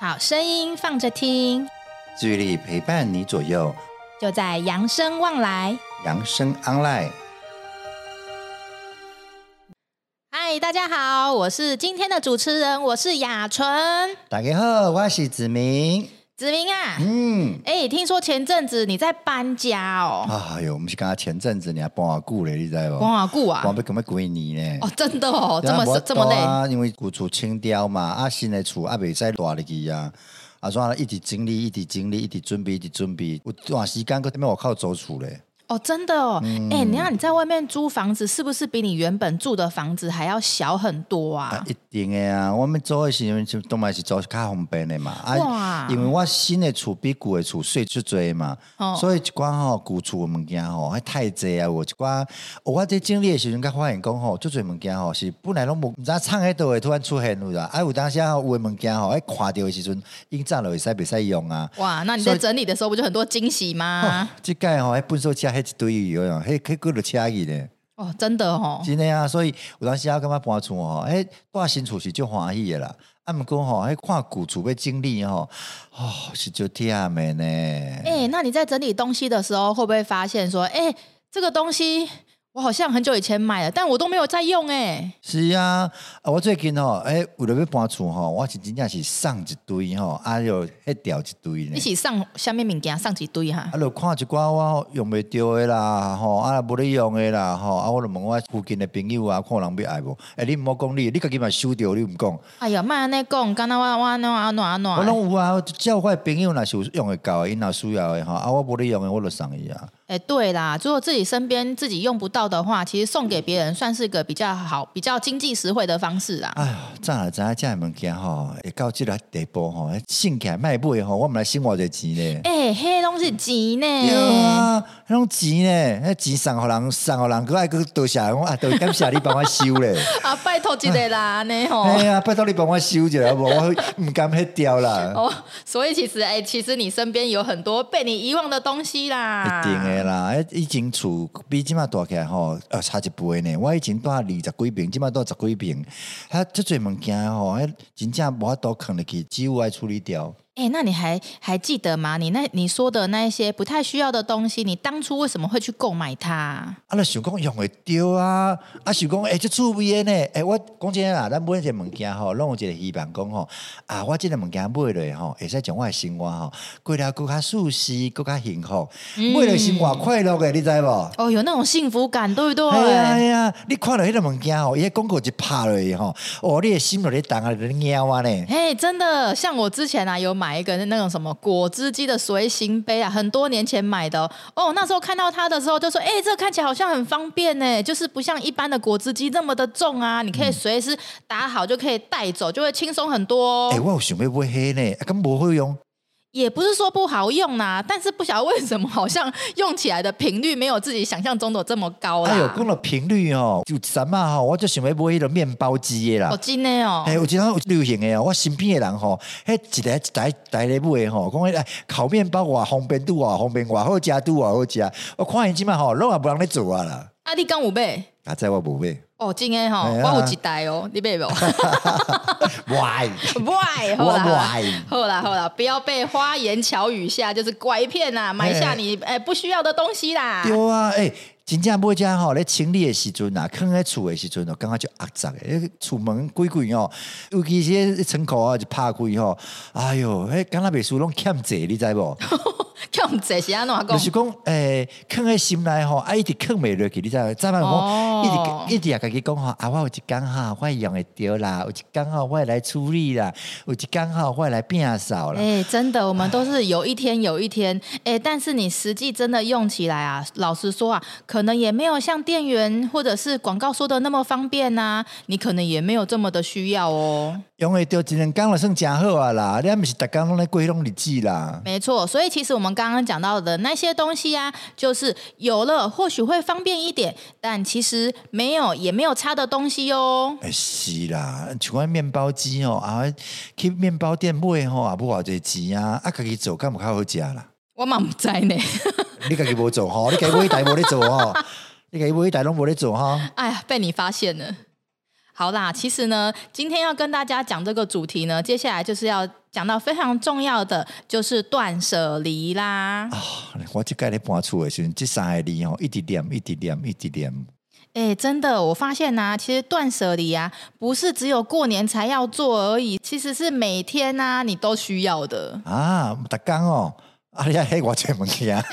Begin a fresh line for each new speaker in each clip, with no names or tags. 好声音放着听，
治愈力陪伴你左右，
就在扬声望来。
扬声 online。
嗨，大家好，我是今天的主持人，我是雅纯。
大家好，我是子明。
子明啊，
嗯，
哎、听说前阵子你在搬家哦，
啊哟，我们是刚刚前阵子你还帮我顾嘞，你知道
光
不？
华顾啊
我，被赶快鬼你呢。
哦，真的哦，这
对
么
啊
这么，
没办
累，
法啊因为旧厝清掉嘛，啊新的厝啊未再住入去啊，啊所以一直整理，一直整理，一直准备，一直准备，有段时间搁踮外口租厝咧。
哦，真的哦，哎、
嗯
你看你在外面租房子，是不是比你原本住的房子还要小很多啊？
啊，一定的啊！我们做的时阵就当然是做较方便的嘛。
哇
啊，因为我新的厝比旧的厝税就多嘛，
哦
所以一寡吼旧厝的物件吼还太济啊！有一寡、哦我在整理的时阵，才发现讲吼，足侪物件吼是本来拢无，毋知道藏喺倒会突然出现有啦。啊，有当时啊有的物件吼，哎看到的时阵，因早就会使袂使用啊。
哇，那你在整理的时候不就很多惊喜吗？
即届吼，迄粪扫车迄一堆油啊，迄迄几落车去咧。
哦真的哦，
真的啊，所以有当时啊，感觉搬厝吼，哎，住新厝是足欢喜的啦。啊，毋过吼，迄看旧厝要整理吼，哦，是足忝的呢。
哎、那你在整理东西的时候，会不会发现说，哎、这个东西我好像很久以前买了，但我都没有在用、哎，
是啊，啊，我最近吼，哎，为了要搬厝吼，我是真正是送一堆吼，啊，又迄条一堆
一
呢。
起上下面物件上几堆哈
啊，。就看一寡我用袂着的啦，吼，啊，无咧用的啦，吼，啊，我就问我附近的朋友啊，看有人要爱无？哎、你毋好讲你，你家己嘛收着，你毋讲。
哎呀，慢那讲，刚刚我我那啊暖啊
我
暖，
拢有啊，只要我的朋友若是有用会到的，因若需要的吼，啊，我无咧用的，我就送伊啊。
哎、对啦，如果自己身边自己用不到的话，其实送给别人算是个比较好、比较经济实惠的方式啊。
哎呦，早若知影遮的物件吼，会到即个地步吼，性起来卖买吼，我们来省偌侪钱咧。
哎、嘿，东西急
对
呢，
啊，迄种钱咧，迄钱送互人，送互人，佫爱佫多谢，我啊，多感谢你帮我收咧。
啊，拜托一个啦，呢 吼。
哎呀，拜托你帮我收一下，无我 毋甘迄掉啦，
哦，所以其实哎、其实你身边有很多被你遗忘的东西啦。
一定的啦。迄以前厝比即马大起来吼，呃，差一倍呢。我以前住二十几平，即马住十几平，迄即侪物件吼，迄真正无法度扛入去，只有爱处理掉。
哎、那你还还记得吗？你那你说的那一些不太需要的东西，你当初为什么会去购买它？
啊，就想讲用会着啊，啊想讲哎，即趣味的呢，哎、我讲真的啦，咱买一个物件吼，拢有一个希望讲吼，啊，我即个物件买落吼，会使将我的生活吼过了更较舒适，更较幸福，买落生活快乐的，你知无？
哦，有那种幸福感，对不对？
哎呀哎呀，你看到迄个物件哦吼，伊个广告一拍落去吼，哦，你的心就咧动啊，咧猫啊呢。
哎、真的，像我之前啊，有买一个那种什么果汁机的随行杯啊，很多年前买的哦。哦那时候看到它的时候，就说：“哎、这个看起来好像很方便呢，就是不像一般的果汁机那么的重啊，你
嗯
可以随时打好就可以带走，就会轻松很多、哦。
哎、我有想要买迄呢，啊，咁无好用。
也不是说不好用啦、但是不晓得为什么好像用起来的频率没有自己想象中的这么高啦。
哎呦，讲到频率哦吼，就什么吼，我就想要买迄个面包机的啦。
好真的哦
哎、，有一阵有流行的哦，我身边的人吼，迄一台一台一台咧买的吼，讲迄哎烤面包偌方便拄偌方便偌好食拄偌好食，我看伊即摆吼，拢也无人咧做啊啦，
啊，你讲有买？
啊，这我无买，
哦，真的吼、
哎呀
我有一台哦，你买无？
无爱，
喂，
我
好
无
啦，
爱，
好啦，好啦，不要被花言巧语下，就是拐骗啦，买下你哎、不需要的东西啦。
对啊，哎、真正买遮吼，咧清理的时阵啊，囥喺厝的时阵哦，感觉就压杂的，迄厝门鬼鬼哦，尤其是迄窗口啊，就拍开吼，哎哟，迄敢若袂输拢欠债，你知无？
叫我们 这些安怎
就
讲？
是讲，诶、囥喺心内吼，啊，一直囥袂落去，你知道？再嘛
哦
讲，一直一直也家己讲吼，啊，我有一工吼，我会用会着啦，有一工吼，我会来处理啦，有一工吼，我会来摒扫啦。
哎、真的，我们都是有一天有一天，哎、但是你实际真的用起来啊，老实说啊，可能也没有像店员或者是广告说的那么方便呐、你可能也没有这么的需要哦。
用会着一两工就算诚好啊啦，你啊毋是逐工拢咧过迄种日子啦。
没错，所以其实我们刚刚讲到的那些东西啊，就是有了或许会方便一点，但其实没有也没有差的东西哦。
哎、是啦，像款面包机吼，啊，去面包店买吼，也无偌济钱啊，啊，家己做敢有较好食啦？
我嘛唔知呢，
你家己无做吼，你家己买一台无咧做吼，你家己买一台拢无咧做吼。
哎呀，被你发现了。好啦，其实呢，今天要跟大家讲这个主题呢，接下来就是要讲到非常重要的就是断舍离啦。
啊、我即个咧搬厝的时阵，即三个字吼，一直念，一直念，一直念。
哎、真的，我发现呐、其实断舍离啊，不是只有过年才要做而已，其实是每天呐、你都需要的。
啊，逐工哦，啊，你啊，迄偌济物件，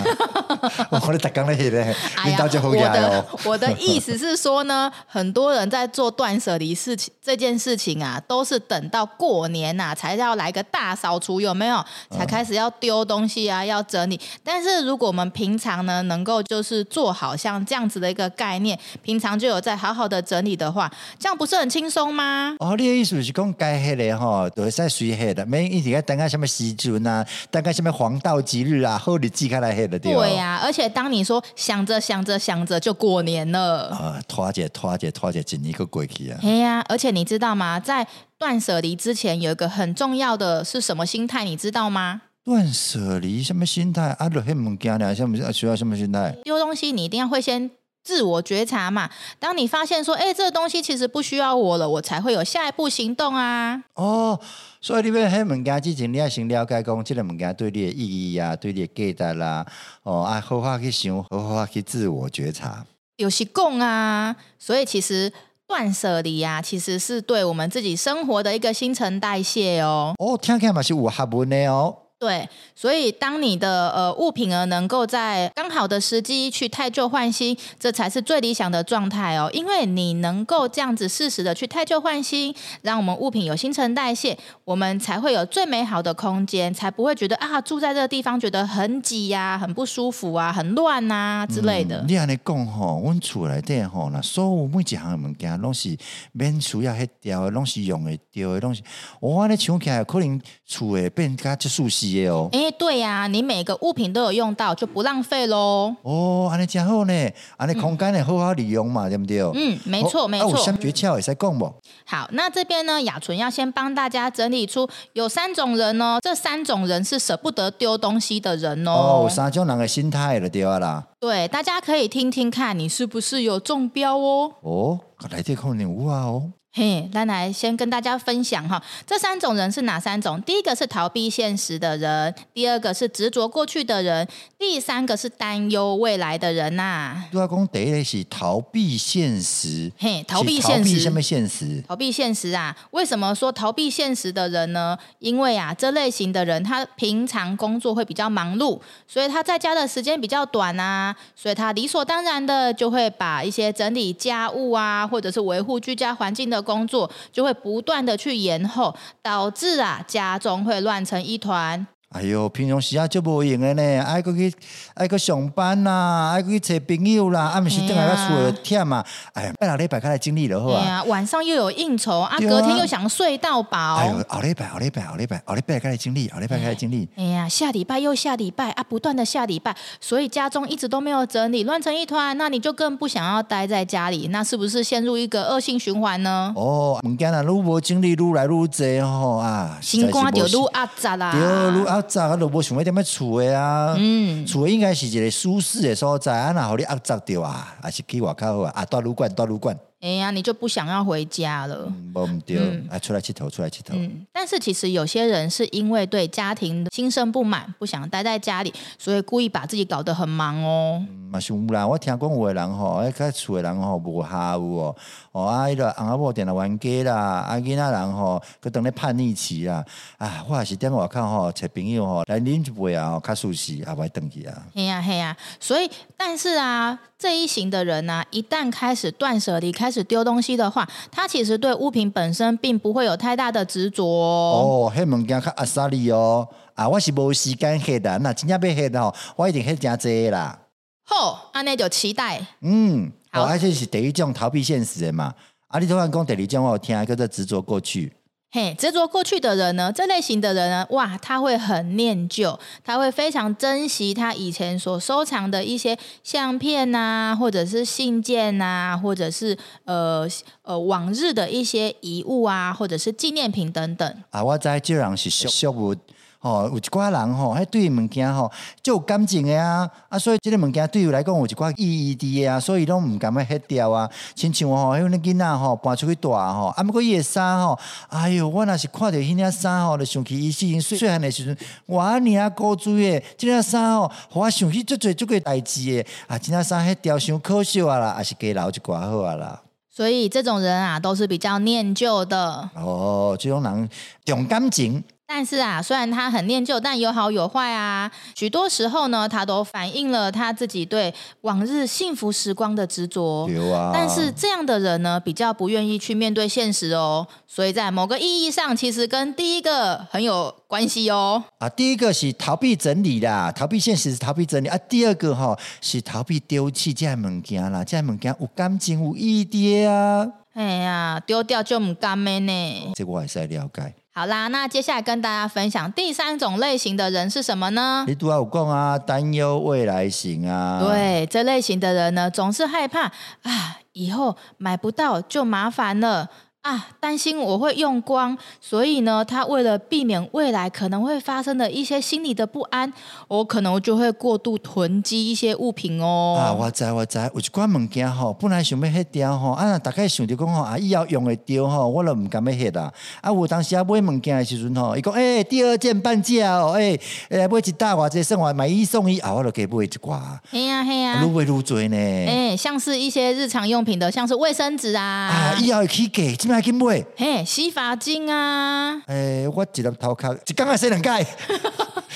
我咧逐工咧迄个，恁兜就好
我
起来
的
哦。
哎我的意思是说呢， 很多人在做断舍离事情这件事情啊，都是等到过年呐、才要来个大扫除，有没有？
嗯
才开始要丢东西啊，要整理。但是如果我们平常呢，能够就是做好像这样子的一个概念，平常就有在好好的整理的话，这样不是很轻松吗？
哦，你的意思是讲该迄个吼，就会使随迄个，免一直要等啊什么时阵啊，等啊什么黄道吉日啊，好日子开来迄个对了。哦
对啊呀、而且当你说想着想着想着就过年了。
啊，拖者拖者拖者，一年个过去啊。
嘿呀、而且你知道吗？在断舍离之前，有一个很重要的是什么心态？你知道吗？
断舍离什么心态？啊，落迄物件俩，什么需要什么心态？
丢东西你一定要会先自我觉察嘛。当你发现说，哎、这个东西其实不需要我了，我才会有下一步行动啊。
哦，所以你要迄物件之前，你要先了解讲，即、个物件对你的意义啊，对你的价值啦，哦啊，好好去想，好好去自我觉察。
有习共啊，所以其实断舍离啊，其实是对我们自己生活的一个新陈代谢哦。
哦，听起来嘛是有学问的哦。
对，所以当你的呃物品呢能够在刚好的时机去汰旧换新，这才是最理想的状态哦。因为你能够这样子适时的去汰旧换新，让我们物品有新陈代谢，我们才会有最美好的空间，才不会觉得啊住在这个地方觉得很挤呀、很不舒服啊、很乱呐、之类的。
嗯你安尼讲吼，阮厝内底吼，若所有每一项物件拢是免需要迄条的，拢是用会着的，拢是。哦我安尼想起来，可能厝会变甲即舒适的哦。
哎、对呀、你每个物品都有用到，就不浪费喽。
哦，安尼真好呢，安尼空间会好好利用嘛，对毋对？
嗯，没
哦
错，没
啊有
错。
啥诀窍会使讲无？
好，那这边呢，雅纯要先帮大家整理出有三种人哦，这三种人是舍不得丢东西的人
哦，有
哦。
三种人的心态就对啊啦。
对，大家可以听听看，你是不是有中标哦？
哦，内底可能有啊哦。
嘿，那来先跟大家分享哈，这三种人是哪三种？第一个是逃避现实的人，第二个是执着过去的人，第三个是担忧未来的人呐、
拄要讲第一个是逃避现实，
嘿，逃
是
避现
逃避
实，
什么现实？
逃避现实啊，为什么说逃避现实的人呢？因为啊，这类型的人他平常工作会比较忙碌，所以他在家的时间比较短啊，所以他理所当然的就会把一些整理家务啊，或者是维护居家环境的工作，就会不断的去延后，导致啊家中会乱成一团。
哎哟，平常时啊，足无闲的呢，爱过去爱过上班啦，爱过去找朋友啦，暗时等下到厝就忝啊，哎呀，拜六礼拜较来整理就好
对
啊。
啊，晚上又有应酬啊，
对啊
隔天又想睡到饱。
哎哟，后礼拜后礼拜后礼拜后礼拜较来整理，后礼拜较来整理。
哎呀，下礼拜又下礼拜啊，不断的下礼拜，所以家中一直都没有整理，乱成一团，那你就更不想要待在家里，那是不是陷入一个恶性循环呢？
哦，物件若愈无整理，愈来愈济吼啊，
心肝就
实在是
愈
无
压榨啊啦，
对，愈压榨，啊，就无想要踮咧厝的啊。
嗯，
厝应该是一个舒适的所在，啊，若互你压榨着啊，还是去外口好啊，啊，住旅馆，住旅馆，
哎呀，你就不想要回家了。
嗯无毋对，啊，出来佚佗，出来佚佗。
嗯，但是其实有些人是因为对家庭心生不满，不想待在家里，所以故意把自己搞得很忙哦。
嘛是有啦，我听讲有的人吼，迄较厝的人吼无下有哦，哦啊，迄个翁仔某定来冤家啦，啊囡仔人吼，佮当咧叛逆期啦，啊，我也是踮外口吼，找朋友吼来啉一杯啊，吼，较舒适，啊，袂转去啊。
嘿呀嘿呀，所以但是啊，这一型的人呢、啊一旦开始断舍离，开始丢东西的话，他其实对物品本身并不会有太大的执着哦。
哦，迄物件较阿萨利哦，啊，我是无时间翕啦，若真正要翕吼，我一定翕诚济啦。
吼，安内就期待
嗯，
好
哦，啊，这是第一种逃避现实的嘛。啊，你突然讲第二种，我有听叫做执着过去。
嘿，执着过去的人呢，这类型的人呢，哇，他会很念旧，他会非常珍惜他以前所收藏的一些相片呐、或者是信件呐、或者是呃呃往日的一些遗物啊，或者是纪念品等等。
啊，我知即人是俗俗物，吼、有一寡人吼，迄对物件吼，就有感情的啊，啊，所以即个物件对伊来讲有一寡意义伫的啊，所以拢毋甘要黑掉啊。亲像吼，迄个囡仔吼搬出去住吼，啊，毋过伊的衫吼，哎哟，我若是看着迄领衫吼，就想起伊细细汉的时阵，哇，啊尼啊古锥的，即领衫吼，互我想起足侪足侪代志的，啊，即领衫迄条伤可惜啊啦，也是加留一寡好啊啦。
所以这种人啊，都是比较念旧的。
哦，即种人重感情，
但是啊，虽然他很念旧，但有好有坏啊。许多时候呢，他都反映了他自己对往日幸福时光的执着。
对啊。
哦但是这样的人呢，比较不愿意去面对现实哦，所以在某个意义上，其实跟第一个很有关系哦。
啊，第一个是逃避整理啦，逃避现实是逃避整理啊。第二个吼、是逃避丢弃这些物件啦，这些物件有感情有意义的啊。
哎呀，丢掉就唔甘咩呢？
这我还是了解。
好啦，那接下来跟大家分享第三种类型的人是什么呢？
你拄仔有讲啊，担忧未来型啊，，
对，这类型的人呢，总是害怕啊，以后买不到就麻烦了啊，担心我会用光，所以呢，他为了避免未来可能会发生的一些心理的不安，我可能就会过度囤积一些物品哦。
啊，我知我知，有一款物件吼，本来想要迄掉吼，啊，若大概想着讲吼，啊，以后用会着吼，我就毋甘要迄啦。啊，有当时啊买物件的时阵吼，伊讲，诶、第二件半价哦，诶、欸，买一大偌济，算我买一送一，啊，我就加买一寡，啊
嘿呀嘿
愈
呀，
买愈多呢。
哎，像是一些日常用品的，像是卫生纸啊，
啊，以后会起价，即摆去买。
嘿，洗发精啊，
诶、我一粒头壳一工也洗两届，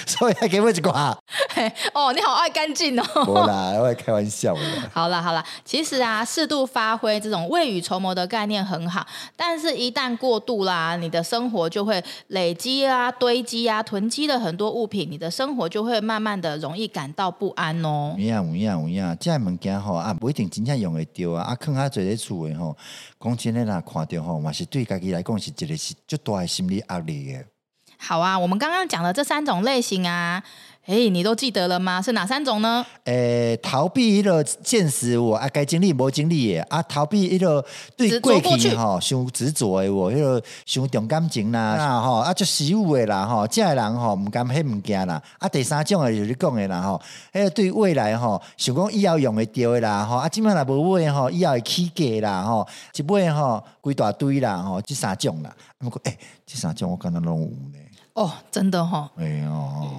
所以还给我一寡。
嘿，哦，你好爱干净哦。
无啦，我开玩笑的啦。
好啦好啦，其实啊，适度发挥这种未雨绸缪的概念很好，但是一旦过度啦，你的生活就会累积啊、堆积啊、囤积了很多物品，你的生活就会慢慢的容易感到不安哦
有。影有影有影，即个物件吼，啊，不一定真正用会着啊，啊，囥较侪咧厝的吼，讲真诶啦，看着吼，嘛是对家己来讲是一个是足大诶心理压力诶。
好啊，我们刚刚讲的这三种类型啊，诶，你都记得了吗？是哪三种呢？
诶、呃逃避迄落现实我啊，该经历无经历诶，啊，逃避迄落对
执着过
过去
去
吼，伤执着诶，我迄落伤重感情啦，啊吼，啊足习武诶啦吼，啊遮诶人吼毋甘迄物件啦，啊，第三种诶就是你讲诶啦吼，迄个对未来吼，想讲以后用会着诶啦吼，啊，即摆若无买吼，以后会起价啦吼，一买吼，规大堆啦 吼，即三种啦，毋过诶，即三种我敢若拢有呢，
哦，真的哦，
诶、哦，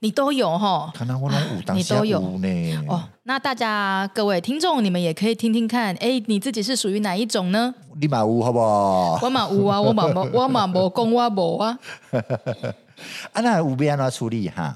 你都有哦。
敢若我拢有，当
你
时
都
有
有
呢。
哦，那大家各位听众，你们也可以听听看，诶，你自己是属于哪一种呢？
你嘛有好不好？
我嘛有啊，我嘛无，我嘛无讲我无啊。
啊，那有要安怎处理哈？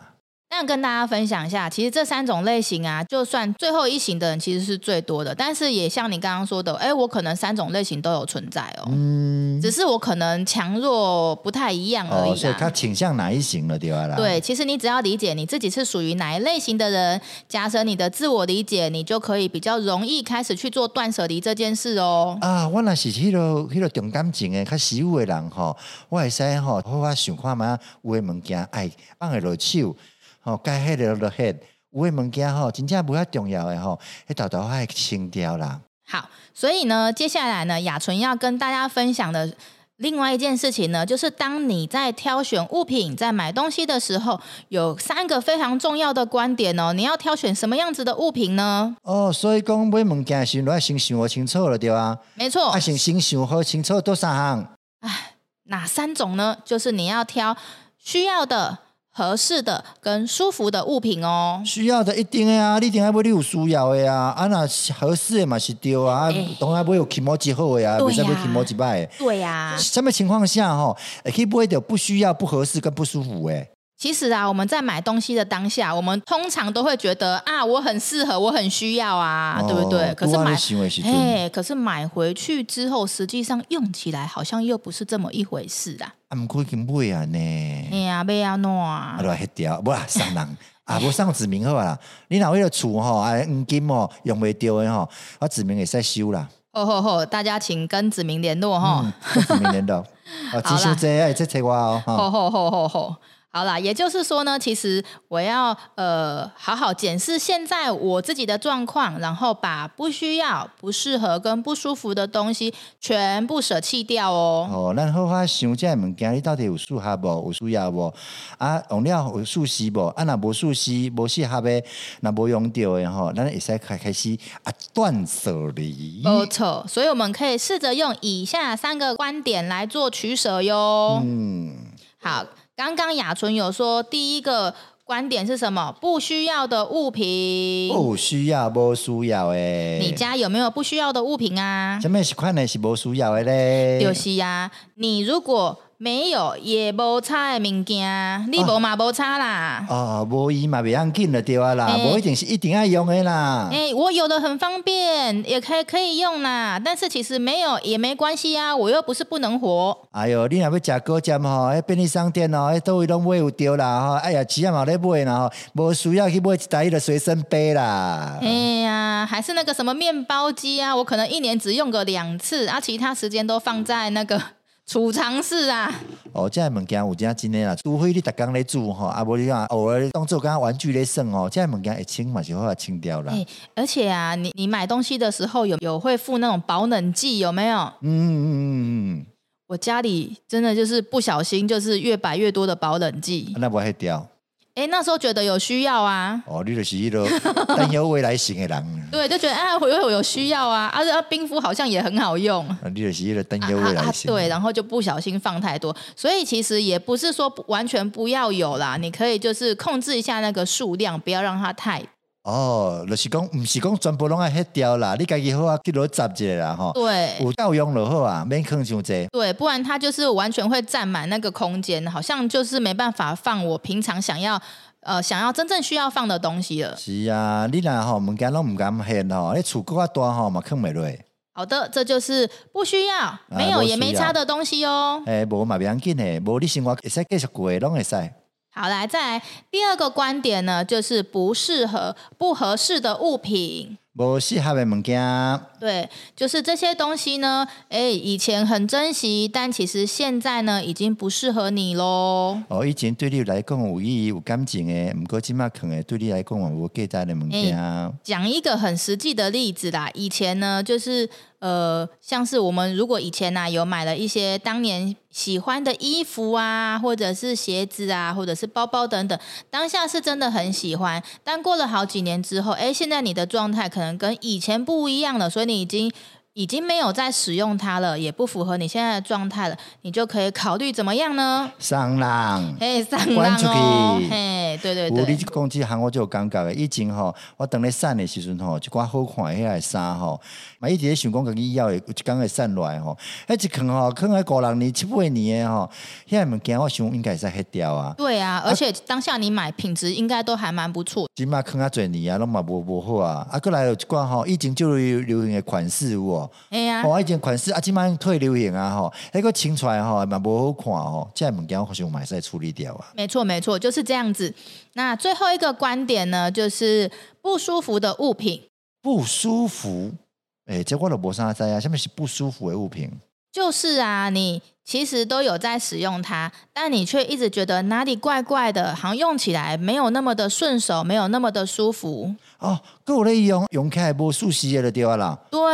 那跟大家分享一下，其实这三种类型啊，就算最后一型的人其实是最多的，但是也像你刚刚说的，哎，我可能三种类型都有存在哦，
嗯，
只是我可能强弱不太一样而
哦，
已
所以
啦。
他倾向哪一型了，对啊吧啦？
对，其实你只要理解你自己是属于哪一类型的人，加深你的自我理解，你就可以比较容易开始去做断舍离这件事哦。
啊，我若是迄、落迄落重感情的、较实有的人吼，我会使吼，好好想看嘛，有诶物件爱放会落手，吼、该迄落落迄，有诶物件吼，真正无遐重要诶吼，迄豆豆爱清掉啦。
好，所以呢，接下来呢，雅纯要跟大家分享的另外一件事情呢，就是当你在挑选物品、在买东西的时候，有三个非常重要的观点哦。你要挑选什么样子的物品呢？
哦，所以讲买物件的时阵，要先想清楚了，对啊，
没错
啊，，先先想好清楚多三项。
哪三种呢？就是你要挑需要的、合适的跟舒服的物品哦。
需要的一定的啊，你一定爱买你有需要的啊，啊若是合适的嘛是对啊，啊
哎
当然买有起毛几好的啊，
对
袂使买
呀
起毛几歹的。
对呀、
什么情况下吼，会去买着不需要、不合适跟不舒服的？
其实啊，我们在买东西的当下，我们通常都会觉得啊，我很适合，我很需要啊，对不
哦
对？可是买
行为是对，
哎，可是买回去之后，实际上用起来好像又不是这么一回事啊！
啊，毋过已经买啊
哎
呢，
呀，被要弄啊
啊，都，迄条，无啦，送人。啊，无送指明好啊啦，你若迄个厝吼，啊黄金吼用袂着的吼，啊指明会使收啦，
吼吼吼，大家请跟子明联络哈
嗯，，跟指明联络，啊，只收这，哎，这找我哦，
吼
吼
吼吼吼吼。好啦，也就是说呢，其实我要呃好好检视现在我自己的状况，然后把不需要、不适合跟不舒服的东西全部舍弃掉哦。
哦，咱好好想这物件，你到底有适合无？有需要无？啊，用了有舒适无？啊，若无舒适、无适合的，若无用到的吼，咱会使开开始啊断舍离。
没错，所以我们可以试着用以下三个观点来做取舍哟。
嗯，
好，刚刚雅纯有说第一个观点是什么？不需要的物品。
有需要无需要的。
你家有没有不需要的物品啊？
什么是款的是无需要的咧？
就是呀、你如果没有也无差的物件，你无嘛无差啦。
哦，无伊嘛袂要紧就对啊啦，
欸
无、一定是一定要用的啦。
哎、我有的很方便，也可以可以用啦。但是其实没有也没关系啊，我又不是不能活。
哎哟，你若要食果汁吼，迄便利商店吼，迄倒位拢买有着啦吼。哎呀，只啊嘛咧买啦吼，无需要去买一台迄个随身杯啦
哎、。呀、还是那个什么面包机啊，我可能一年只用个两次，啊，其他时间都放在那个 储藏室啊。
哦，这物件有真真诶啦，除非你逐工咧煮吼，啊无你讲偶尔当做敢玩具咧耍吼，这物件会清嘛就好啊清掉啦。
哎、而且啊，你你买东西的时候有有会附那种保冷剂，有没有？
嗯嗯嗯嗯
我家里真的就是不小心就是越摆越多的保冷剂
嗯，啊。那无迄条，
哎、那时候觉得有需要啊，
哦，你就是 迄、落担忧未来型诶人，
对，就觉得哎，我有有需要啊，而且啊冰敷好像也很好用。
啊你就是迄个担
啊
忧未
啊
来
啊
型。
对，然后就不小心放太多，所以其实也不是说不完全不要有啦，你可以就是控制一下那个数量，不要让它太
哦，就是讲，毋是讲全部拢爱迄条啦，你家己好啊，去落集一下啦吼，
对
有够用就好啊，免坑伤济。
对，不然它就是完全会占满那个空间，好像就是没办法放我平常想要呃想要真正需要放的东西了。
是啊，你若吼物件拢毋敢现吼，你厝搁较大吼嘛坑袂落，
好的，这就是不需要、没有
哎不
也
需
没
要
差的东西哦。
诶、无嘛袂要紧诶，无你生活会使继续过的，拢会使。
好，来，再来第二个观点呢，就是不适合、不合适的物品。
无适合的物件，
对，就是这些东西呢，哎，以前很珍惜，但其实现在呢，已经不适合你喽。
哦，以前对你来讲有意义、有感情诶，毋过即马坑诶，对你来讲嘛无价值的物件。
讲一个很实际的例子啦，以前呢，就是呃，像是我们如果以前呢、有买了一些当年喜欢的衣服啊，或者是鞋子啊，或者是包包等等，当下是真的很喜欢，但过了好几年之后，哎，现在你的状态可能跟以前不一样了，所以你已经。已经没有在使用它了，也不符合你现在的状态了，你就可以考虑怎么样呢？
送人。
嘿，上
关
浪
出去
哦，嘿，对对
有
对，
你讲即项我就有感觉诶，以前吼，我当咧瘦的时阵吼，一寡好看的遐个衫吼，嘛一直咧想讲家己以后会有一工会瘦落来吼，迄一囥吼，囥喺五六年、七八年的吼，遐个物件我想应该会使迄掉啊。
对啊，而且当下你买品质应该都还蛮不错
即马囥啊侪年啊，拢嘛无无好啊。啊，过来有一寡吼，以前就流流行的款式有哦，
哎呀、
哦，以前款式啊，即马退流行啊吼，迄个穿出来吼嘛无好看吼，即个物件我想嘛会使处理掉啊。
没错没错，就是这样子。那最后一个观点呢，就是不舒服的物品，
不舒服，诶、欸，这我都无啥知啊，什物是不舒服的物品？
就是啊，你其实都有在使用它，但你却一直觉得哪里怪怪的，好像用起来没有那么的顺手，没有那么的舒服。
哦，还有咧用用起来无熟悉的就对啊啦。
对，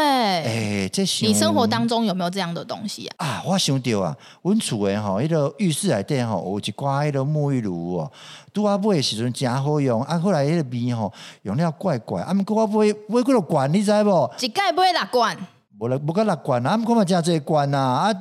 诶、这想
你生活当中有没有这样的东西啊？
啊，我想到啊，阮厝诶吼，迄、个浴室内底吼有一寡迄个沐浴露哦，拄啊买诶时阵真好用，啊后来迄个味吼用了怪怪，啊毋过我买买几落罐，你知无？
一盖不会啦，罐
无啦，无甲六罐，啊毋过嘛诚济罐啊，啊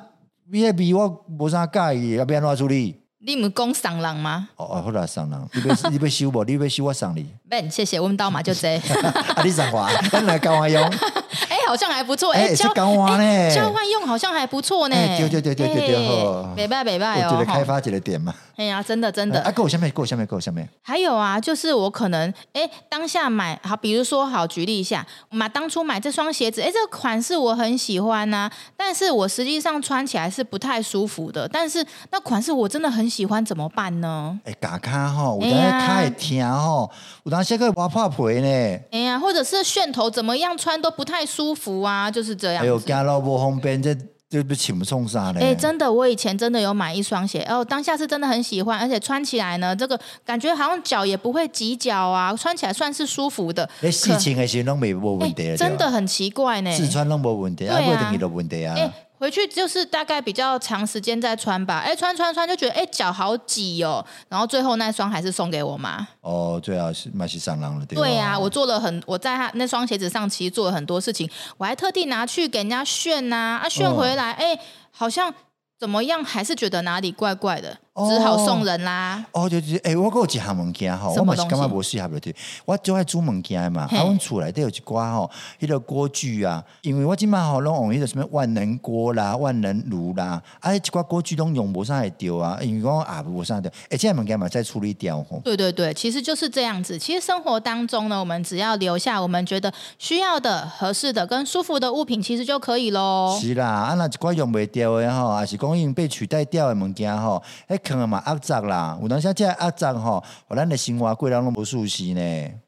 伊迄味我无啥介意，要安怎处理？
你们讲上人吗？
哦哦，好啦，送人，你 要你要收无？你要收我送你，
Ben，谢谢，我们到嘛 就这。
啊你送我， 咱来交 换用，
哎、好像还不错。哎、
诶、欸，
交
是交换
哎
咧，
交换用好像还不错呢、
哎对对对对对对好
北拜北拜
我
哦，
觉得开
吼
发一个点嘛。
哎呀，真的真的。
啊，够下面，够下面，够下面。
还有啊，就是我可能哎，当下买好，比如说好，举例一下，买当初买这双鞋子，哎，这个款式我很喜欢呐、但是我实际上穿起来是不太舒服的。但是那款式我真的很喜欢，怎么办呢？
哎，夹卡吼，有
哎
当
呀
卡会疼吼，有当时个磨破皮呢。
哎呀，或者是楦头怎么样穿都不太舒服啊，就是这样
哎呦，
子。
行路无方便，这这不请不送啥呢？
哎、真的，我以前真的有买一双鞋，哦，当下是真的很喜欢，而且穿起来呢，这个感觉好像脚也不会挤脚啊，穿起来算是舒服的。
你事情的时候拢没无
哎
问题了，啊
真的
对吧，
很奇怪呢。
试穿拢无问题，
对啊
啊，不等于都问题啊
哎、。回去就是大概比较长时间再穿吧。哎、穿穿穿就觉得哎、脚好挤哦，然后最后那双还是送给我妈。
哦，最好是嘛是上人了，对哦吧
对啊呀、我做了很，我在他那双鞋子上其实做了很多事情，我还特地拿去给人家炫呐、
嗯
啊，炫回来，哎、好像怎么样，还是觉得哪里怪怪的，
哦
只好送人啦。
哦，就是诶、欸，我还有一项物件吼，
什
我
么
嘛是感觉无适合了对。我就爱煮物件的嘛，
嘿
啊，阮厝内底有一寡吼，迄个锅具啊，因为我即摆吼拢用迄个什物万能锅啦、万能炉啦，啊，迄一寡锅具拢用无啥会着啊，因为讲啊无啥会着，诶、欸，即个物件嘛再处理掉吼。
对对对，其实就是这样子。其实生活当中呢，我们只要留下我们觉得需要的、合适的跟舒服的物品，其实就可以喽。
是啦，啊，若一寡用袂掉的吼，也是讲已经被取代掉的物件吼，迄坑的嘛压杂啦，有当时即个压杂吼，互咱的生活过得拢无舒适呢。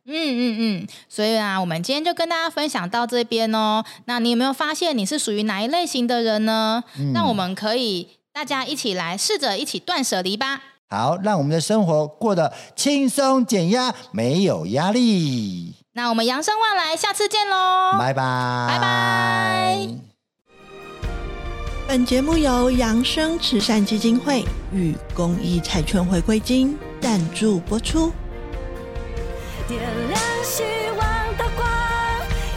嗯嗯嗯，所以啊，我们今天就跟大家分享到这边哦。那你有没有发现你是属于哪一类型的人呢？那我们可以大家一起来试着一起断舍离吧。
好，让我们的生活过得轻松减压，没有压力。
那我们扬声望来，下次见喽，
拜拜，拜
拜。
本节目由扬生慈善基金会与公益彩券回馈金赞助播出。
点亮希望的光，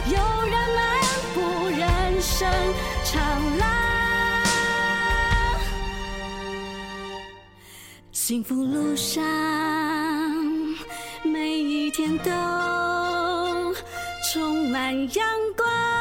有人漫步人生长廊，幸福路上每一天都充满阳光。